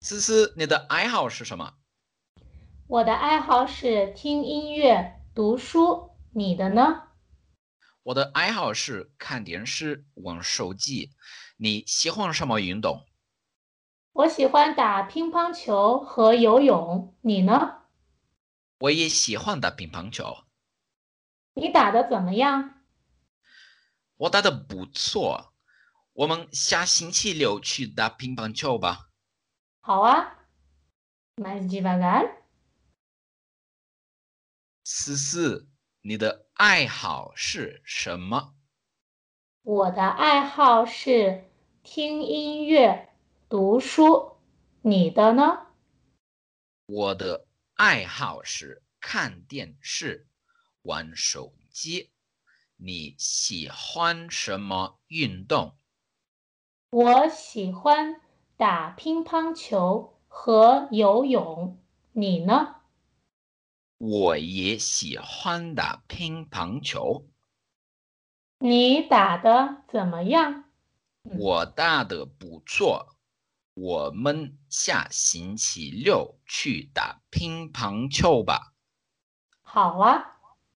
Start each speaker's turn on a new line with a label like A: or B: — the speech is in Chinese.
A: 思思，你的爱好是什么？
B: 我的爱好是听音乐、读书，你的呢？
A: 我的爱好是看电视、玩手机。你喜欢什么运动？
B: 我喜欢打乒乓球和游泳，你呢？
A: 我也喜欢打乒乓球，
B: 你打得怎么样？
A: 我打得不错。我们下星期六去打乒乓球吧。
B: 好啊，mais devagar。
A: 思思，你的爱好是什么？
B: 我的爱好是听音乐、读书，你的呢？
A: 我的爱好是看电视、玩手机。你喜欢什么运动？
B: 我喜欢打乒乓球和游泳，你呢？
A: 我也喜欢打乒乓球，
B: 你打得怎么样？
A: 我打得不错。我们下星期六去打乒乓球吧。
B: 好啊。